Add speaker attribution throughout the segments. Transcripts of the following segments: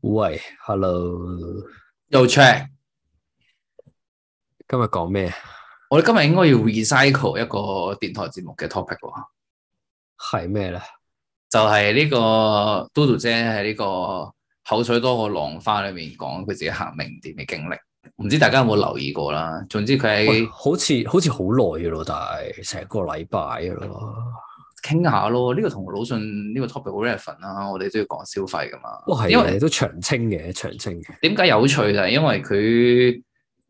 Speaker 1: 喂，hello，
Speaker 2: 又 check，
Speaker 1: 今日講咩？啊
Speaker 2: 我哋今日應該要 recycle 一個電台節目嘅 topic 喎，
Speaker 1: 係咩咧？
Speaker 2: 就係呢個嘟嘟姐喺呢個口水多過浪花裏面講佢自己行名店嘅經歷，唔知大家有冇留意過啦。總之佢
Speaker 1: 喂
Speaker 2: 喺
Speaker 1: 好似好似好耐嘅咯，但係成個禮拜嘅咯。
Speaker 2: 傾下咯，呢、個同魯迅呢個 topic 好 relevant 啦，我哋都要講消費噶嘛。
Speaker 1: 哇，係
Speaker 2: 因為
Speaker 1: 嘅，都長青嘅，長青嘅。
Speaker 2: 點解有趣就係因為佢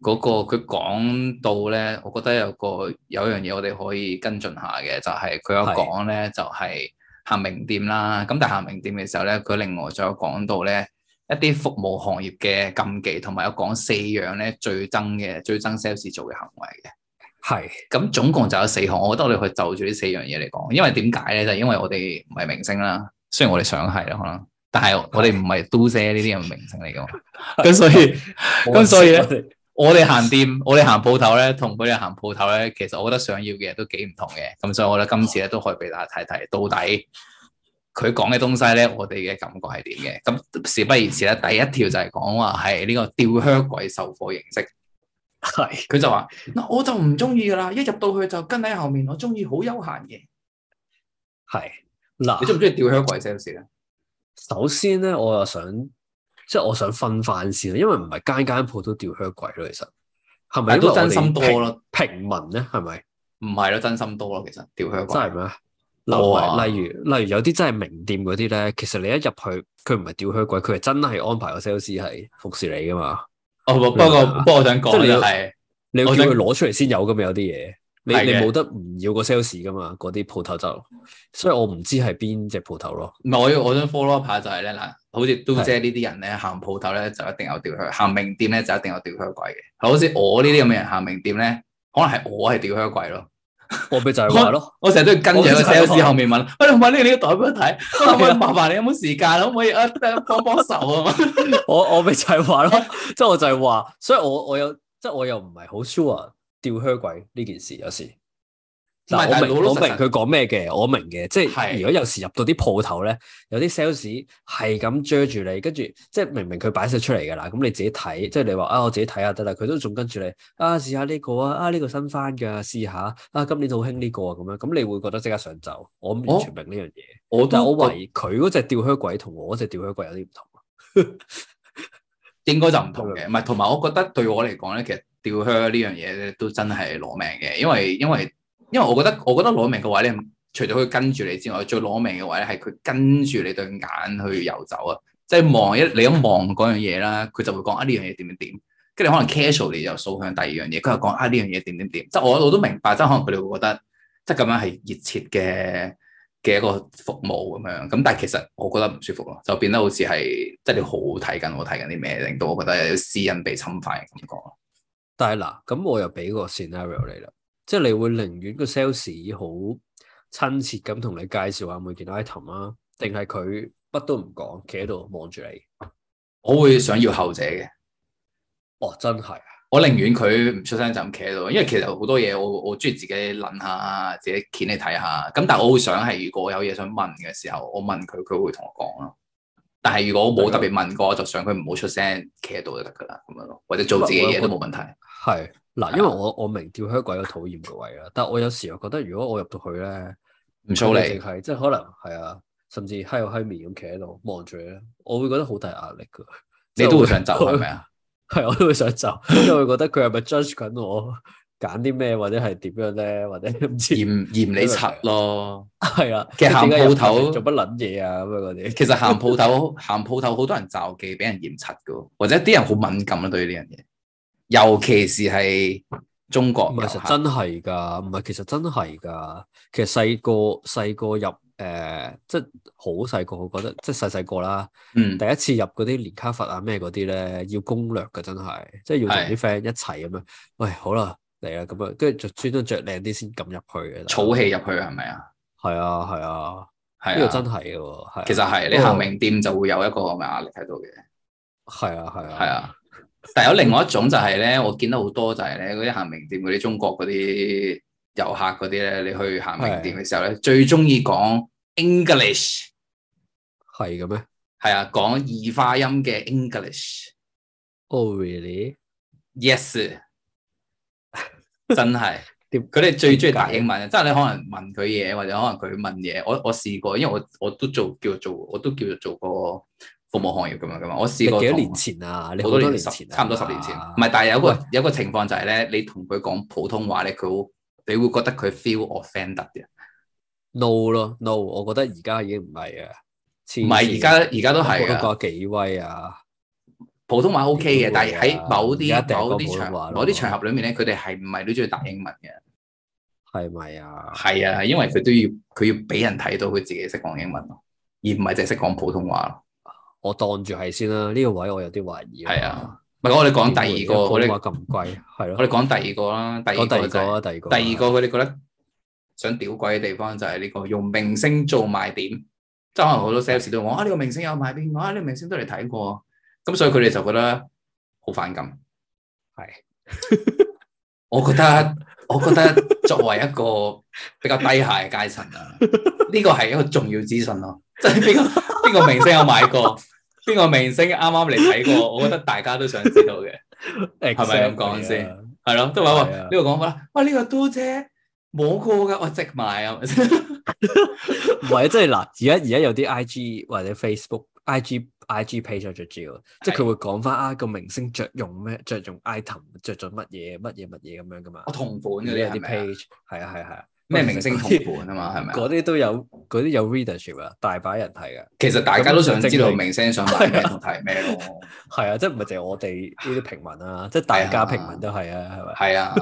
Speaker 2: 嗰、個佢講到咧，我覺得有個有樣嘢我哋可以跟進下嘅，就係佢有
Speaker 1: 係
Speaker 2: 講咧就係、行名店啦。咁但係行名店嘅時候咧，佢另外仲有講到咧一啲服務行業嘅禁忌，同埋有講四樣咧最憎嘅最憎 sales 做嘅行為嘅。
Speaker 1: 係
Speaker 2: 咁總共就有四項，我覺得我哋去就住呢四樣嘢嚟講，因為點解咧？就係因為我哋唔係明星啦，雖然我哋想係啦，可能，但係我哋唔係 do 姐呢啲咁嘅明星嚟嘅嘛，咁所以。 咁所以呢
Speaker 1: 我哋
Speaker 2: 我哋行店，我哋行鋪頭咧，同佢哋行鋪頭咧，其實我覺得想要嘅嘢都幾唔同嘅。咁所以我覺得今次咧都可以俾大家睇睇，到底佢講嘅東西咧，我哋嘅感覺係點嘅。咁事不宜遲啦，第一條就係講話係呢個吊靴鬼售貨形式。
Speaker 1: 係
Speaker 2: 佢就話：
Speaker 1: 嗯
Speaker 2: 嗱，我就唔中意噶啦，一入到去就跟喺後面，我中意好悠閒嘅。
Speaker 1: 係
Speaker 2: 你中
Speaker 1: 嗱，
Speaker 2: 唔中意吊靴鬼 sales 咧？
Speaker 1: 首先咧，我又想即係我想分翻先，因為唔係間間鋪都吊靴鬼咯，其實係咪因為
Speaker 2: 但係都
Speaker 1: 我
Speaker 2: 真
Speaker 1: 哋
Speaker 2: 心多
Speaker 1: 平
Speaker 2: 咯，
Speaker 1: 平民咧？係咪
Speaker 2: 唔係咯，真心多咯，其實吊靴
Speaker 1: 真
Speaker 2: 鬼
Speaker 1: 係咩？
Speaker 2: 多啊
Speaker 1: 嗱，例如例如有啲真係名店嗰啲咧，其實你一入去，佢唔係吊靴鬼，佢係真係安排個 sales 係服侍你噶嘛。
Speaker 2: 哦，不不過不過我想
Speaker 1: 即
Speaker 2: 講
Speaker 1: 係你有
Speaker 2: 就係。
Speaker 1: 你要
Speaker 2: 我
Speaker 1: 叫
Speaker 2: 想
Speaker 1: 佢攞出嚟先有噶嘛，有啲嘢你
Speaker 2: 係
Speaker 1: 你
Speaker 2: 嘅
Speaker 1: 冇得唔要個 sales 噶嘛，嗰啲鋪頭就，所以我唔知係邊只鋪頭咯。
Speaker 2: 唔係，我要我想 follow up 下就係咧嗱，好似都姐呢啲人咧，行鋪頭咧就一定有吊靴，行名店咧就一定有吊靴鬼嘅。好似我呢啲咁嘅人行名店咧，可能係我係吊靴鬼咯。
Speaker 1: 我咪就係話咯，
Speaker 2: 我成日都要跟住個
Speaker 1: 我都係
Speaker 2: sales 後面問，喂，你可唔可以拎呢個袋俾我 睇？喂可唔可以麻煩你有冇時間？可唔可以啊幫幫手啊？
Speaker 1: 我我咪就係話咯， 即係我就係話，所以我我有即係我又唔係好 sure 吊靴鬼呢件事有時。嗱，
Speaker 2: 唔係但
Speaker 1: 我
Speaker 2: 係
Speaker 1: 明
Speaker 2: 老老
Speaker 1: 我
Speaker 2: 實
Speaker 1: 明
Speaker 2: 實
Speaker 1: 佢講咩嘅，我明嘅，即係
Speaker 2: 係
Speaker 1: 如果有時入到啲鋪頭咧，有啲 sales 係咁追住你，跟住即係明明佢擺晒出嚟㗎啦，咁你自己睇，即係你話啊我自己睇下得啦，佢都仲跟住你啊試下呢個啊，啊呢個新翻㗎，試下啊今年好興呢個啊咁樣，咁你會覺得即刻想走，我完全明呢樣嘢，
Speaker 2: 我
Speaker 1: 但係我
Speaker 2: 都哦我
Speaker 1: 懷疑佢嗰只吊靴鬼同我嗰只吊靴鬼有啲唔同。
Speaker 2: 應該就唔同嘅，唔係同埋我覺得對我嚟講咧，其實吊靴呢樣嘢咧都真係攞命嘅，因為因為因為我覺得我覺得攞命嘅位咧，除咗佢跟住你之外，最攞命嘅位咧係佢跟住你對眼去遊走啊，即係望一你一望嗰樣嘢啦，佢就會講啊呢樣嘢點點點，跟住可能 casual 你就掃向第二樣嘢，佢又講啊呢樣嘢點點點，即係我我都明白，即係可能佢哋會覺得即係咁樣係熱切嘅。嘅一個服務咁樣，咁但係其實我覺得唔舒服咯，就變得好似係即係你好睇緊我睇緊啲咩，令到我覺得有私隱被侵犯嘅感覺咯。
Speaker 1: 但係嗱，咁我又俾個 scenario 你啦，即係你會寧願個 sales 好親切咁同你介紹下每件 item 啊，定係佢乜都唔講，企喺度望住你？
Speaker 2: 我會想要後者嘅，
Speaker 1: 哦，真係啊，
Speaker 2: 我寧願佢唔出聲就咁企喺度，因為其實好多嘢我我中意自己諗下，自己掀嚟睇下。咁但係我會想係如果我有嘢想問嘅時候，我問佢，佢會同我講咯。但係如果我冇特別問過，我就想佢唔好出聲，企喺度就得㗎啦，咁樣咯，或者做自己嘢都冇問題。
Speaker 1: 係嗱，因為
Speaker 2: 係啊
Speaker 1: 我我明吊靴鬼有討厭個位啦，但係我有時又覺得如果我入到去咧，
Speaker 2: 唔騷
Speaker 1: 佢哋
Speaker 2: 你
Speaker 1: 淨係即係可能係啊，甚至嗨有嗨面咁企喺度望住你咧，我會覺得好大壓力㗎。
Speaker 2: 你都會想走係咪啊？
Speaker 1: 係，我都會想走，因為我會覺得佢係咪 judge 緊我揀啲咩，或者係點樣咧，或者唔知
Speaker 2: 嫌嫌你柒咯。
Speaker 1: 係啊，
Speaker 2: 其實行鋪頭
Speaker 1: 你點解入嚟做乜撚嘢啊咁樣嗰啲，
Speaker 2: 其實行鋪 頭，行鋪頭好多人罩忌，俾人嫌柒嘅，或者啲人好敏感啊啦對呢樣嘢，尤其是係中國
Speaker 1: 唔
Speaker 2: 遊
Speaker 1: 係其實
Speaker 2: 客。
Speaker 1: 真係㗎，唔係其實真係㗎。其實細個細個入誒、呃即係好細個，我覺得即係細細個啦。
Speaker 2: 嗯，
Speaker 1: 第一次入嗰啲連卡佛啊咩嗰啲咧，要攻略㗎，真係，即係要同啲 friend 一齊咁樣。喂，好啦，嚟啦咁樣，跟住就專登着靚啲先撳入去嘅。
Speaker 2: 草氣入去係咪啊？
Speaker 1: 係啊係啊，呢
Speaker 2: 係
Speaker 1: 個
Speaker 2: 啊，
Speaker 1: 真係嘅喎，係啊
Speaker 2: 其實係你
Speaker 1: 不過
Speaker 2: 行名店就會有一個咁嘅壓力喺度嘅，
Speaker 1: 係啊係啊
Speaker 2: 係啊。但有另外一種就係咧，我見到好多就係咧，嗰啲行名店嗰啲中國嗰啲遊客嗰啲咧，你去行名店嘅時候咧，最中意講 English。
Speaker 1: 係嘅咩？
Speaker 2: 係係啊，講異化音嘅 English。
Speaker 1: Oh really？
Speaker 2: Yes，真係。
Speaker 1: 點
Speaker 2: 佢哋最中意答英文嘅，即係你可能問佢嘢，或者可能佢問嘢。我我試過，因為我我都做叫做我都叫做做過服務行業咁樣噶嘛。我
Speaker 1: 你
Speaker 2: 試過
Speaker 1: 幾多
Speaker 2: 同
Speaker 1: 年前啊？你
Speaker 2: 好
Speaker 1: 好多
Speaker 2: 多年
Speaker 1: 年
Speaker 2: 十
Speaker 1: 前啊，
Speaker 2: 差唔多十年前。唔係，但係有個有個情況就係咧，你同佢講普通話咧，佢好你會覺得佢 feel offended 嘅。
Speaker 1: no 咯，no，我覺得而家已經唔係啊，黐
Speaker 2: 唔係而
Speaker 1: 線
Speaker 2: 家而家都係啊
Speaker 1: 我
Speaker 2: 噶，
Speaker 1: 都覺得幾威啊！
Speaker 2: 普通話 OK 嘅，
Speaker 1: 都
Speaker 2: 但
Speaker 1: 會
Speaker 2: 係
Speaker 1: 啊
Speaker 2: 喺某
Speaker 1: 而家一
Speaker 2: 啲
Speaker 1: 定係
Speaker 2: 某
Speaker 1: 講
Speaker 2: 啲
Speaker 1: 普通話
Speaker 2: 場
Speaker 1: 咯
Speaker 2: 某啲場合裏面咧，佢哋係唔係都中意答英文嘅？
Speaker 1: 係咪啊？
Speaker 2: 係啊，係因為佢都要佢要俾人睇到佢自己識講英文咯，而唔係淨係識講普通話咯。
Speaker 1: 我當住係先啦，呢個位我有啲懷疑。
Speaker 2: 係啊，唔係我哋講第二個，我
Speaker 1: 點
Speaker 2: 哋
Speaker 1: 會普通話咁貴，係
Speaker 2: 我
Speaker 1: 咯，
Speaker 2: 哋講第二個啦，第二
Speaker 1: 講第
Speaker 2: 個
Speaker 1: 二
Speaker 2: 就
Speaker 1: 個
Speaker 2: 係
Speaker 1: 啊，第二個，
Speaker 2: 第二個佢哋覺得想屌鬼嘅地方就係呢個用明星做賣點，即係可能好多 sales 都講啊呢個明星有賣邊個啊呢個明星都嚟睇過，咁所以佢哋就覺得好反感。
Speaker 1: 係
Speaker 2: 我覺得，我覺得作為一個比較低下嘅階層 啊，呢個係一個重要資訊咯。即係邊個邊個明星有 買過，邊個明星啱啱嚟睇過，我覺得大家都想知道嘅，係咪咁講先
Speaker 1: Exactly 啊？
Speaker 2: 係咯。都話喂
Speaker 1: 係啊
Speaker 2: 呢個講法啦，喂呢個都姐冇過㗎，我直買啊，係 咪先
Speaker 1: 唔係，啊即係嗱，而家而家有啲 I G 或者 Facebook I G I G page 啊最主要，即係佢會講翻啊個明星着用咩，着用 item，着咗乜嘢乜嘢乜嘢咁樣噶嘛
Speaker 2: 我。同款
Speaker 1: 而
Speaker 2: 嗰
Speaker 1: 家有
Speaker 2: 啲
Speaker 1: 啲
Speaker 2: 係咪啊
Speaker 1: page 係啊係啊係啊，
Speaker 2: 咩明星
Speaker 1: 嗰
Speaker 2: 同
Speaker 1: 啲
Speaker 2: 款啊嘛，係咪啊
Speaker 1: 嗰啲都有嗰啲有 readership 啊，大把人睇噶。
Speaker 2: 其實大家都想知道
Speaker 1: 咁證明
Speaker 2: 明星想
Speaker 1: 啊
Speaker 2: 買咩同睇咩咯。
Speaker 1: 係啊，即係唔係淨係我哋呢啲平民啊，即係大家平民都係啊，係咪？
Speaker 2: 係啊，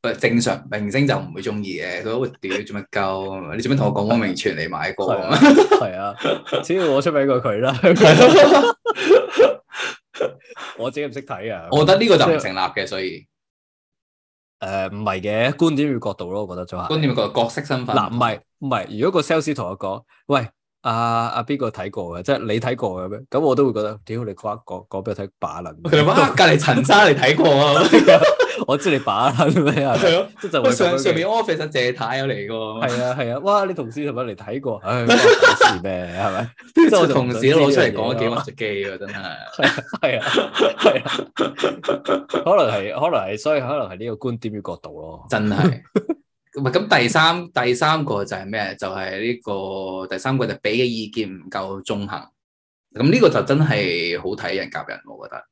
Speaker 2: 不正常明星就唔會中意嘅，佢會屌做乜鳩？你做乜同我講汪明荃嚟買過？
Speaker 1: 係啊係啊，只要我出名過佢 啦，我自己唔識睇啊。
Speaker 2: 我覺得呢個就唔成立嘅，所以
Speaker 1: 誒唔係嘅，觀點與角度咯，我覺得咗係。
Speaker 2: 觀點個角色身份
Speaker 1: 嗱，唔係唔係，如果個 sales 同我講，喂，阿阿邊個睇過嘅，即係你睇過嘅咩？咁我都會覺得，屌你講講講俾我睇把撚
Speaker 2: 佢哋話啊
Speaker 1: 咩，
Speaker 2: 隔離陳生你睇過啊？
Speaker 1: 我知你把撚咩啊？
Speaker 2: 係咯，
Speaker 1: 即係就會咁
Speaker 2: 喂
Speaker 1: 樣
Speaker 2: 上
Speaker 1: 嘅
Speaker 2: 上面 office 啊謝太有嚟過，
Speaker 1: 係啊係啊，哇！你同事係咪嚟睇過？ 唉，關我鬼事咩？係咪？即係我就
Speaker 2: 同
Speaker 1: 唔
Speaker 2: 事
Speaker 1: 想
Speaker 2: 都攞
Speaker 1: 知
Speaker 2: 出
Speaker 1: 呢
Speaker 2: 嚟
Speaker 1: 樣
Speaker 2: 講
Speaker 1: 嘢啊
Speaker 2: 咗幾
Speaker 1: 咯
Speaker 2: 屈機喎，真係。
Speaker 1: 係啊係啊，可能係可能係，所以可能係呢個觀點與角度咯。
Speaker 2: 真係。唔係咁第三第三個就係咩？就係、呢、個第三個就俾嘅意見唔夠中肯。咁呢個就真係好睇人夾人，我覺得。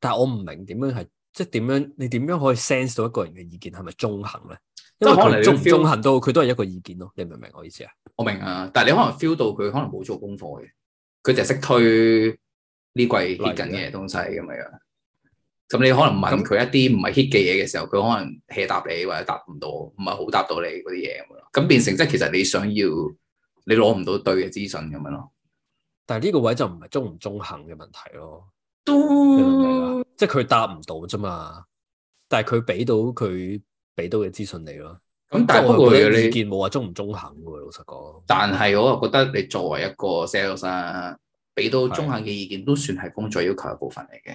Speaker 1: 但係我唔明點樣係，即係點樣你點樣可以 sense 到一個人嘅意見係咪中肯咧？因為
Speaker 2: 即係可能
Speaker 1: 佢
Speaker 2: 你
Speaker 1: 中唔
Speaker 2: feel-
Speaker 1: 中肯都好佢都係一個意見咯。你明唔明我意思啊？
Speaker 2: 我明啊，但係你可能 feel 到佢可能冇做功課嘅，佢就係識推呢季 hit 緊嘅東西咁樣。咁你可能問佢一啲唔係 hit 嘅嘢嘅時候，佢可能 hea 答你或者答唔到，唔係好答到你嗰啲嘢咁樣咯。咁變成即係其實你想要你攞唔到對嘅資訊咁樣咯。
Speaker 1: 但係呢個位就唔係中唔中肯嘅問題咯，你明唔
Speaker 2: 都
Speaker 1: 明啊？即係佢答唔到啫嘛，但係佢俾到佢俾到嘅資訊你咯。
Speaker 2: 咁
Speaker 1: 即
Speaker 2: 但
Speaker 1: 係
Speaker 2: 係
Speaker 1: 我
Speaker 2: 不
Speaker 1: 又
Speaker 2: 過
Speaker 1: 覺得
Speaker 2: 你
Speaker 1: 意見冇話中唔中肯喎，老實講。
Speaker 2: 但係我又覺得你作為一個 sales 啊，俾到中肯嘅意見都算係工作要求嘅部分嚟嘅。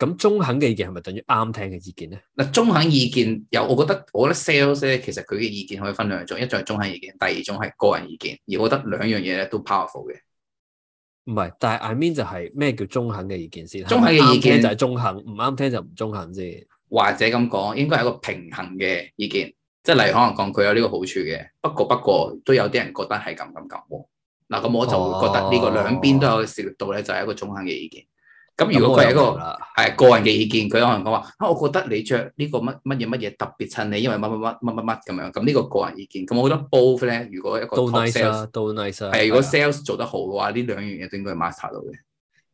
Speaker 1: 咁中肯嘅意見係咪等於啱聽嘅意見咧？
Speaker 2: 嗱，中肯意見有，我覺得我覺得 sales 咧，其實佢嘅意見可以分兩種，一種係中肯意見，第二種係個人意見。而我覺得兩樣嘢咧都 powerful 嘅。
Speaker 1: 唔係，但係 I mean 就係咩叫中肯嘅意見先？
Speaker 2: 中肯嘅意見
Speaker 1: 係咪啱聽就係中肯，唔啱聽就唔中肯先。
Speaker 2: 或者咁講，應該係一個平衡嘅意見，即係例如可能講佢有呢個好處嘅，不過不過都有啲人覺得係咁咁咁喎。嗱，咁我就會覺得呢個
Speaker 1: 哦
Speaker 2: 兩邊都有涉獵到咧，就係一個中肯嘅意見。咁如
Speaker 1: 咁
Speaker 2: 果
Speaker 1: 我
Speaker 2: 佢係
Speaker 1: 又哦
Speaker 2: 一個
Speaker 1: 明啦
Speaker 2: 係個人嘅意見，佢可能講話啊，我覺得你着呢個乜乜嘢乜嘢特別襯你，因為乜乜乜乜乜乜咁樣。咁呢個個人意見，咁我覺得 both 咧，如果一個
Speaker 1: 都
Speaker 2: top
Speaker 1: nice
Speaker 2: sales
Speaker 1: 啦，都 nice 啦。
Speaker 2: 係如果
Speaker 1: 係啊
Speaker 2: sales 做得好嘅話，呢兩樣嘢都應該係 master 到嘅。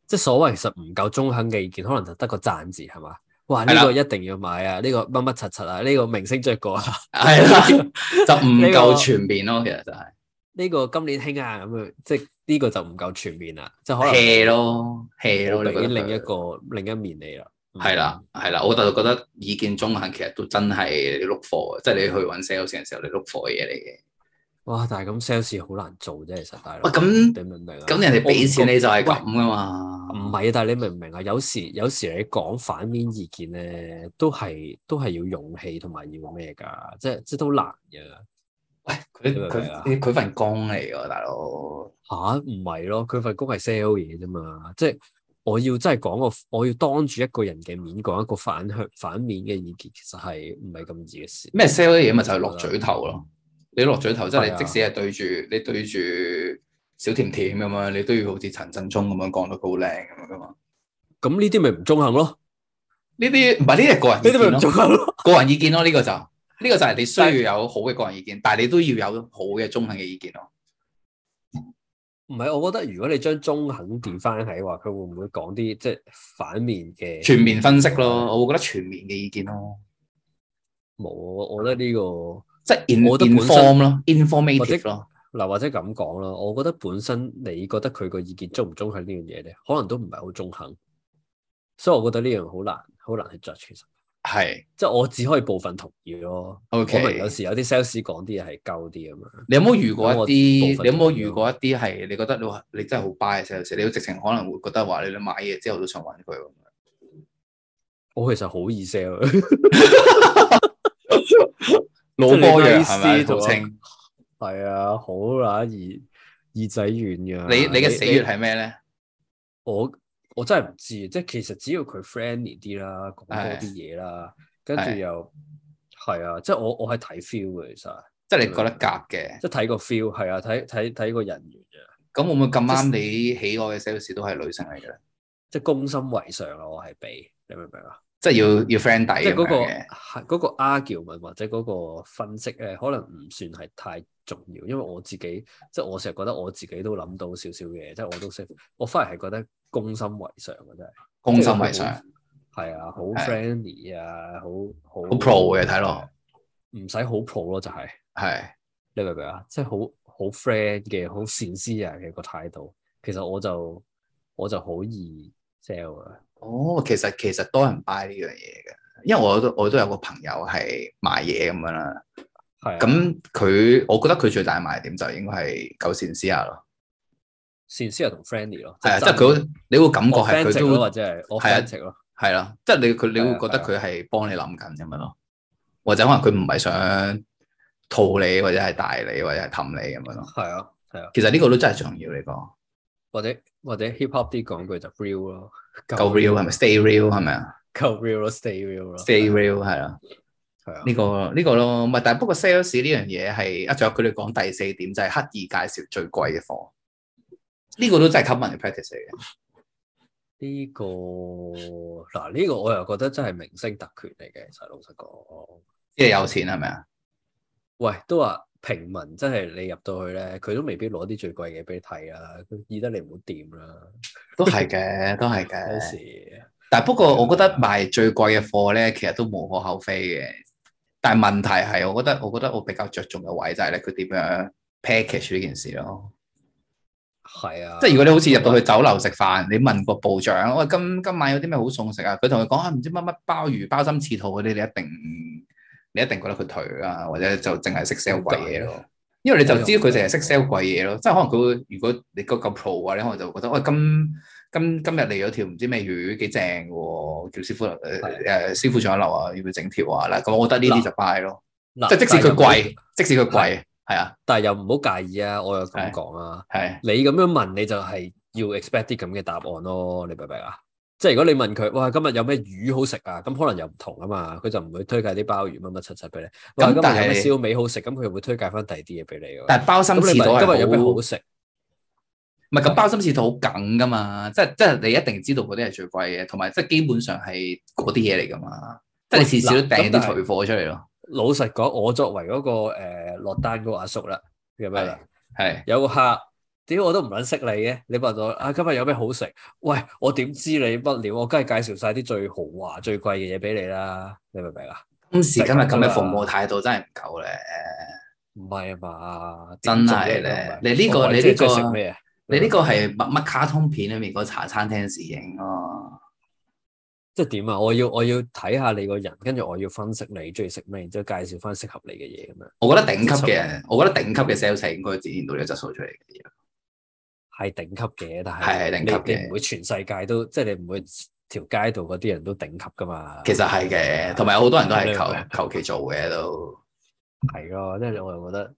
Speaker 1: 即係所謂其實唔夠中肯嘅意見，可能就得個讚字係嘛？哇！
Speaker 2: 係
Speaker 1: 呢
Speaker 2: 啦
Speaker 1: 個一定要買啊！呢個乜乜柒柒啊！呢個明星着過啊！
Speaker 2: 係啦， 就唔
Speaker 1: 呢個
Speaker 2: 夠全面咯，其實就係
Speaker 1: 呢個今年興啊咁樣，即係呢個就唔夠全面啦，即係可能
Speaker 2: hea 咯，hea 咯，
Speaker 1: 我
Speaker 2: 你覺
Speaker 1: 俾
Speaker 2: 得
Speaker 1: 另一
Speaker 2: 佢
Speaker 1: 個另一面你啦。嗯
Speaker 2: 係啦，係啦，我就覺得意見中肯其實都真係你 look for，即係你去揾 sales 嘅時候你 look for 嘅嘢嚟嘅。
Speaker 1: 哇！但係咁 sales 好難做啫，其實大佬。
Speaker 2: 喂咁
Speaker 1: 你明唔明啊？
Speaker 2: 咁人哋俾錢你就係
Speaker 1: 喂
Speaker 2: 咁噶嘛，
Speaker 1: 唔係啊，但係你明唔明啊？有時有時你講反面意見咧，都係都係要勇氣同埋要咩㗎，即係即係都難嘅。
Speaker 2: 喂佢
Speaker 1: 你明唔明啊
Speaker 2: 佢佢份工嚟㗎，大佬
Speaker 1: 吓唔係咯，佢份工係 sell 嘢啫嘛，即係我要真係講個，我要當住一個人嘅面講一個反向反面嘅意見，其實係唔係咁易嘅事。
Speaker 2: 咩 sell 啲嘢咪就係落嘴頭咯。你落嘴頭，即係
Speaker 1: 啊係啊
Speaker 2: 你即使係對住你對住小甜甜咁樣，你都要好似陳振聰咁樣講到佢好靚咁樣噶嘛。
Speaker 1: 咁呢啲咪唔中肯咯？
Speaker 2: 呢啲唔係呢啲係個人
Speaker 1: 呢
Speaker 2: 意
Speaker 1: 啲咪
Speaker 2: 見
Speaker 1: 唔
Speaker 2: 咯，
Speaker 1: 中肯咯？
Speaker 2: 個人意見咯呢個就呢個就係你需要有好嘅個人意見，但係你都要有好嘅中肯嘅意見咯。
Speaker 1: 唔係，我覺得如果你將中肯調翻喺話，佢會唔會講啲即係反面嘅？
Speaker 2: 全面分析
Speaker 1: 啊
Speaker 2: 咯，我會覺得全面嘅意見咯，
Speaker 1: 冇，我我覺得呢、個。
Speaker 2: 即係 in
Speaker 1: 我覺得本身
Speaker 2: inform 咯
Speaker 1: 或者
Speaker 2: ，informative 咯，
Speaker 1: 嗱，或者咁講啦，我覺得本身你覺得佢個意見中唔中肯呢樣嘢咧，可能都唔係好中肯，所以我覺得呢樣好難，好難去 judge 其實，
Speaker 2: 係
Speaker 1: 即係我只可以部分同意咯。我明有
Speaker 2: OK。
Speaker 1: 時有啲 sales 講啲嘢係鳩啲咁樣，
Speaker 2: 你有冇遇過一
Speaker 1: 咁
Speaker 2: 啲？
Speaker 1: 我
Speaker 2: 你有冇遇過一啲係你覺得你話你真係好 buy 嘅 sales？你直情可能會覺得話你你買嘢之後都想揾佢咁樣。
Speaker 1: 我其實好易 sell，啊
Speaker 2: 老波樣係咪？陶青，
Speaker 1: 係啊，好乸易耳仔軟㗎。
Speaker 2: 你啊你嘅死穴係咩咧？
Speaker 1: 我我真係唔知，啊即係其實只要佢 friendly 啲啦，講多啲嘢啦，跟住
Speaker 2: 係
Speaker 1: 又係啊，即係我我係睇 feel 嘅其實。
Speaker 2: 即係你覺得夾嘅，
Speaker 1: 即係睇個 feel 係啊，睇睇睇個人緣啊，
Speaker 2: 咁會唔會咁啱你喜愛嘅 sales 都係女性嚟嘅咧？
Speaker 1: 即係攻心為上啊！我係俾你明唔明啊？
Speaker 2: 即係要要 friend 底
Speaker 1: 即係
Speaker 2: 咁
Speaker 1: 嗰、
Speaker 2: 樣
Speaker 1: 個
Speaker 2: 嘅。
Speaker 1: 係嗰個 argument 或者嗰個分析咧，可能唔算係太重要，因為我自己即係我成日覺得我自己都諗到少少嘢，即係我都識，我反而係覺得攻心為上嘅真係，
Speaker 2: 攻心為上，
Speaker 1: 係啊，好
Speaker 2: 係
Speaker 1: friendly 啊，好好
Speaker 2: 好 pro 嘅睇落，
Speaker 1: 唔使好 pro 咯，就係、
Speaker 2: 係
Speaker 1: 你明唔明啊？即係好好 friend 嘅，好善思人嘅個態度。其實我就我就好易 sell 啊。
Speaker 2: 哦，其實其實多人 buy 呢樣嘢嘅，因為我都我都有個朋友係賣嘢咁樣啦。
Speaker 1: 係啊
Speaker 2: 咁佢我覺得佢最大賣點就應該係狗善思下咯，
Speaker 1: 善思人同 friendly 咯，
Speaker 2: 係啊，即
Speaker 1: 真
Speaker 2: 係佢你會感覺
Speaker 1: authentic
Speaker 2: 係佢
Speaker 1: 咯，
Speaker 2: 都
Speaker 1: 或者係
Speaker 2: 係啊
Speaker 1: authentic 咯。
Speaker 2: 係啦，即係你佢你
Speaker 1: 係
Speaker 2: 會
Speaker 1: 啊
Speaker 2: 覺得佢係幫你諗緊咁樣咯，或者可能佢唔係想套你，或者係大你，或者係氹你咁樣咯。
Speaker 1: 係啊，係啊，
Speaker 2: 其實呢個都真係重要，你講
Speaker 1: 或者或者 hip hop 啲講句就 real 咯，
Speaker 2: 夠 real 係咪？Stay real 係咪啊
Speaker 1: 夠 real 咯，stay real 咯
Speaker 2: ？Stay real 係啦，
Speaker 1: 係啊
Speaker 2: 呢個呢個咯，唔係，但係不過 sales 呢樣嘢係啊，仲有佢哋講第四點就係刻意介紹最貴嘅貨，呢個都真係 common 嘅 practice 嚟嘅。
Speaker 1: 呢個嗱呢個我又覺得真係明星特權嚟嘅，其實老實講，
Speaker 2: 即係有錢係咪啊？
Speaker 1: 喂都話平民真係你入到去咧，佢都未必攞啲最貴嘅俾你睇啦，佢易得你唔好掂啦。
Speaker 2: 都係嘅，都係
Speaker 1: 有
Speaker 2: 嘅。
Speaker 1: 時
Speaker 2: 但係不過，我覺得賣最貴嘅貨咧，其實都無可厚非嘅。但係問題係，我覺得我覺得我比較着重嘅位就係咧，佢點樣 package 呢件事咯。
Speaker 1: 係啊，
Speaker 2: 即係如果你好似入到去酒樓食飯，你問個部長，喂，今今晚有啲咩好餸食啊？佢同佢講啊，唔知乜乜鮑魚、鮑參翅肚嗰啲，你一定你一定覺得佢頹啊，或者就淨係識 sell 貴嘢咯。因為你就知佢淨係識 sell 貴嘢咯，即係可能佢會，如果你夠夠 pro 嘅話，你可能就會覺得，喂，今今今日嚟咗條唔知咩魚幾正喎，叫師傅誒誒師傅上樓啊，要唔要整條啊？嗱，咁我覺得呢啲就 buy 咯，
Speaker 1: 嗱
Speaker 2: 即係即使
Speaker 1: 但係又
Speaker 2: 佢
Speaker 1: 唔好
Speaker 2: 貴，即使佢貴，係啊，
Speaker 1: 但係又唔好介意啊！我又咁講啊，
Speaker 2: 係
Speaker 1: 你咁樣問你就係要 expect 啲咁嘅答案咯，你明唔明啊？即係如果你問佢，哇，今日有咩魚好食啊？咁可能又唔同啊嘛，佢就唔會推介啲鮑魚乜乜七七俾你。哇，
Speaker 2: 咁
Speaker 1: 今日
Speaker 2: 但係
Speaker 1: 有咩燒味好食？咁佢又會推介翻第二啲嘢俾你㗎。
Speaker 2: 但係鮑參
Speaker 1: 咁
Speaker 2: 翅
Speaker 1: 你
Speaker 2: 肚
Speaker 1: 問今日有咩
Speaker 2: 係好
Speaker 1: 好。食？
Speaker 2: 唔係咁包心翅肚好梗噶嘛，即係即係你一定知道嗰啲係最貴嘅，同埋即係基本上係嗰啲嘢嚟噶嘛，即係你次次都
Speaker 1: 喂
Speaker 2: 掟
Speaker 1: 嗱
Speaker 2: 啲
Speaker 1: 咁但係
Speaker 2: 頹貨出嚟咯，
Speaker 1: 老實講，我作為嗰、個呃落單嗰個阿叔啦，咁樣啦，
Speaker 2: 係
Speaker 1: 有個客，屌我都唔撚識你嘅，你問我啊今日有咩好食？喂，我點知你乜料？我梗係介紹晒啲最豪華、最貴嘅嘢俾你啦，你明唔明啊？
Speaker 2: 今時今日咁嘅服務態度真係唔夠咧，
Speaker 1: 唔係啊嘛，
Speaker 2: 真
Speaker 1: 點
Speaker 2: 係
Speaker 1: 做
Speaker 2: 咧
Speaker 1: 嘅
Speaker 2: 你呢個
Speaker 1: 我鬼
Speaker 2: 你
Speaker 1: 知
Speaker 2: 呢
Speaker 1: 中意
Speaker 2: 個
Speaker 1: 食咩啊？
Speaker 2: 你呢個係乜乜卡通片裏面嗰茶餐廳侍應哦咯，
Speaker 1: 即係點啊？我要我要睇下你個人，跟住我要分析你中意食咩，然之後介紹翻適合你嘅嘢咁樣。
Speaker 2: 我覺得頂級嘅，我覺得頂級嘅 sales 係應該展現到呢個質素出嚟嘅，
Speaker 1: 係頂級嘅，但
Speaker 2: 係係
Speaker 1: 係
Speaker 2: 頂
Speaker 1: 你
Speaker 2: 級嘅
Speaker 1: 你唔會全世界都即係你唔會條街度嗰啲人都頂級噶嘛。
Speaker 2: 其實係嘅，同埋有好多人都係求求其做嘅都，
Speaker 1: 係咯，即係我又覺得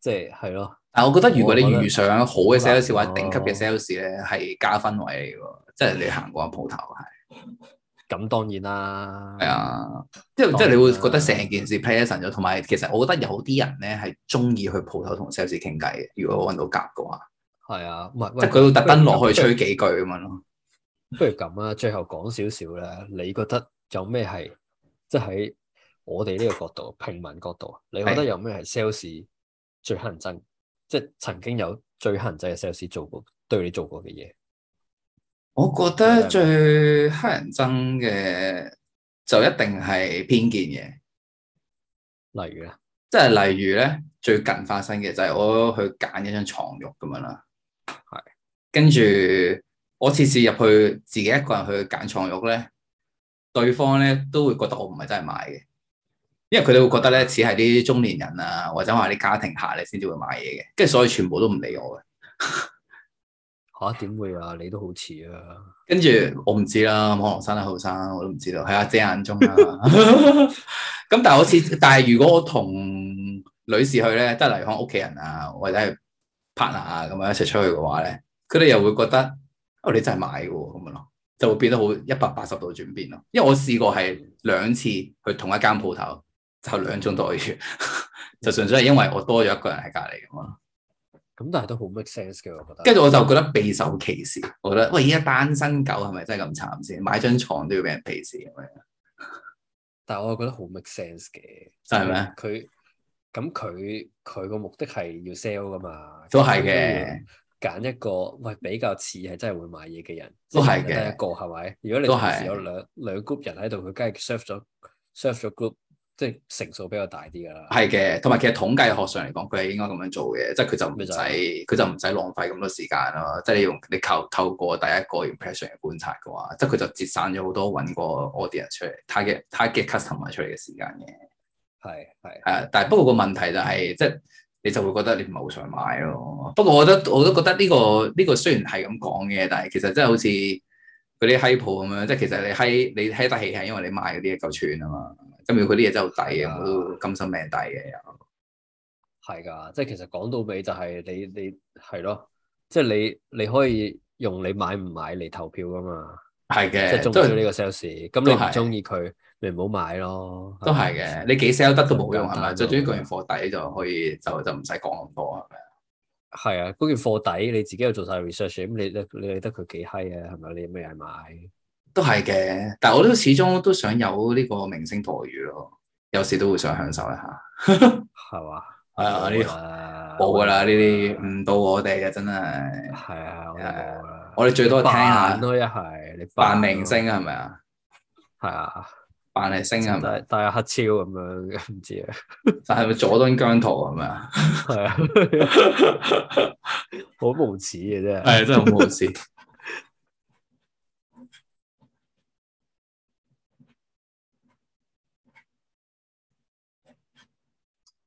Speaker 1: 即係係咯，
Speaker 2: 但係我覺得如果你遇上好嘅
Speaker 1: 我覺得
Speaker 2: sales 或者頂級嘅 sales 咧，係加分位嚟喎，即係你行過間鋪頭係
Speaker 1: 咁當然啦，
Speaker 2: 係，啊，即係即係你會覺得成件事 play 神咗，同埋其實我覺得有啲人咧係中意去鋪頭同 sales 傾偈嘅，如果揾到夾嘅話，
Speaker 1: 係啊，唔係
Speaker 2: 即係佢會特登落去
Speaker 1: 吹。
Speaker 2: 吹幾句咁樣咯。
Speaker 1: 不如咁啊，最後講少少啦。你覺得有咩係即係喺我哋呢個角度，平民角度，你覺得
Speaker 2: 係
Speaker 1: 有咩係 sales 最乞人憎？即係曾經有最乞人憎嘅 sales 做過對你做過嘅嘢，
Speaker 2: 我覺得最黑人憎嘅就一定係偏見嘅。
Speaker 1: 例如咧，
Speaker 2: 即係例如咧，最近發生嘅就係我去揀一張床褥咁樣啦，
Speaker 1: 係
Speaker 2: 跟住我次次入去自己一個人去揀床褥咧，對方咧都會覺得我唔係真係買嘅，因為佢哋會覺得咧只係啲中年人啊，或者話啲家庭客咧先至會買嘢嘅，跟住所以全部都唔理我嘅。
Speaker 1: 吓點會啊？你都好似啊，
Speaker 2: 跟住我唔知啦，可能生得後生，我都唔知道，喺阿姐眼中啦。咁但係好似，但係如果我同女士去咧，即係例如可能屋企人啊，或者係 partner 啊咁樣一齊出去嘅話咧，佢哋又會覺得哦，你真係買嘅喎咁樣咯，就會變得好一百八十度轉變咯。因為我試過係兩次去同一間鋪頭，就兩種待遇， 就純粹係因為我多咗一個人喺隔離咁咯。
Speaker 1: 咁但係都好 make sense 嘅，我覺得。
Speaker 2: 跟住我就覺得備受歧視，我覺得喂，依家單身狗係咪真係咁慘先？買張床都要俾人鄙視咁樣，
Speaker 1: 但係我又覺得好 make sense 嘅，
Speaker 2: 真係咩？
Speaker 1: 佢咁佢佢個目的係要 sell 噶嘛，
Speaker 2: 都係
Speaker 1: 咁佢
Speaker 2: 嘅，
Speaker 1: 要揀一個喂比較似係真係會買嘢嘅人，
Speaker 2: 都係嘅
Speaker 1: 即係得一個係咪？如果你
Speaker 2: 都
Speaker 1: 同
Speaker 2: 係
Speaker 1: 時有兩兩 group 人喺度，佢梗係 serve 咗 serve 咗 group，即係成數比較大啲㗎啦。
Speaker 2: 係嘅。同埋其實統計學上嚟講，佢係應該咁樣做嘅，即係佢就唔
Speaker 1: 咪就
Speaker 2: 使
Speaker 1: 係
Speaker 2: 佢就唔使浪費咁多時間咯。即係你用你透透過第一個 impression 嘅觀察嘅話，即係佢就節省咗好多揾個 audience 出嚟 target target customer 出嚟嘅時間嘅。
Speaker 1: 係係
Speaker 2: 係啊，但係不過個問題就係、即係你就會覺得你唔係好想買咯。不過我覺得我都覺得呢、個呢、個雖然係咁講嘅，但係其實真係好似嗰啲閪鋪咁樣，即係其實你閪你閪得起係因為你買嗰啲嘢夠串啊嘛。咁如果嗰啲嘢真係好抵
Speaker 1: 係啊
Speaker 2: 嘅，我都甘心命抵嘅又。
Speaker 1: 係㗎，即係其實講到尾就係你你係咯，即係你你可以用你買唔買嚟投票㗎嘛。
Speaker 2: 係
Speaker 1: 即係
Speaker 2: 嘅，
Speaker 1: 中
Speaker 2: 都
Speaker 1: 意呢
Speaker 2: 係
Speaker 1: 個 sales，咁
Speaker 2: 都
Speaker 1: 你唔
Speaker 2: 係
Speaker 1: 中意佢，你唔好買咯。
Speaker 2: 都係嘅。你幾 sell 得都冇用係
Speaker 1: 簡單
Speaker 2: 咪？
Speaker 1: 咯
Speaker 2: 最終嗰件貨抵就可以就就唔使講咁多係咪？
Speaker 1: 係啊，嗰件貨底你自己又做晒 research，咁你你你理得佢幾閪啊？係咪？你有咩嘢買？
Speaker 2: 都係嘅，但係我都始終都想有呢個明星待遇咯，有時都會想享受一下。
Speaker 1: 係嘛？
Speaker 2: 係啊呢
Speaker 1: 呢
Speaker 2: 冇噶啦，呢啲唔到我哋嘅真係。
Speaker 1: 係啊，我哋冇啦。
Speaker 2: 我哋最多係聽
Speaker 1: 扮
Speaker 2: 下
Speaker 1: 咯，一係你
Speaker 2: 扮
Speaker 1: 咯
Speaker 2: 明，星係咪啊？
Speaker 1: 係啊，
Speaker 2: 扮係星係咪？啊
Speaker 1: 戴戴下黑超咁樣，唔知啊，
Speaker 2: 但係咪佐敦姜濤係咪啊？
Speaker 1: 係啊，好無恥嘅啫。
Speaker 2: 係真係好冇事。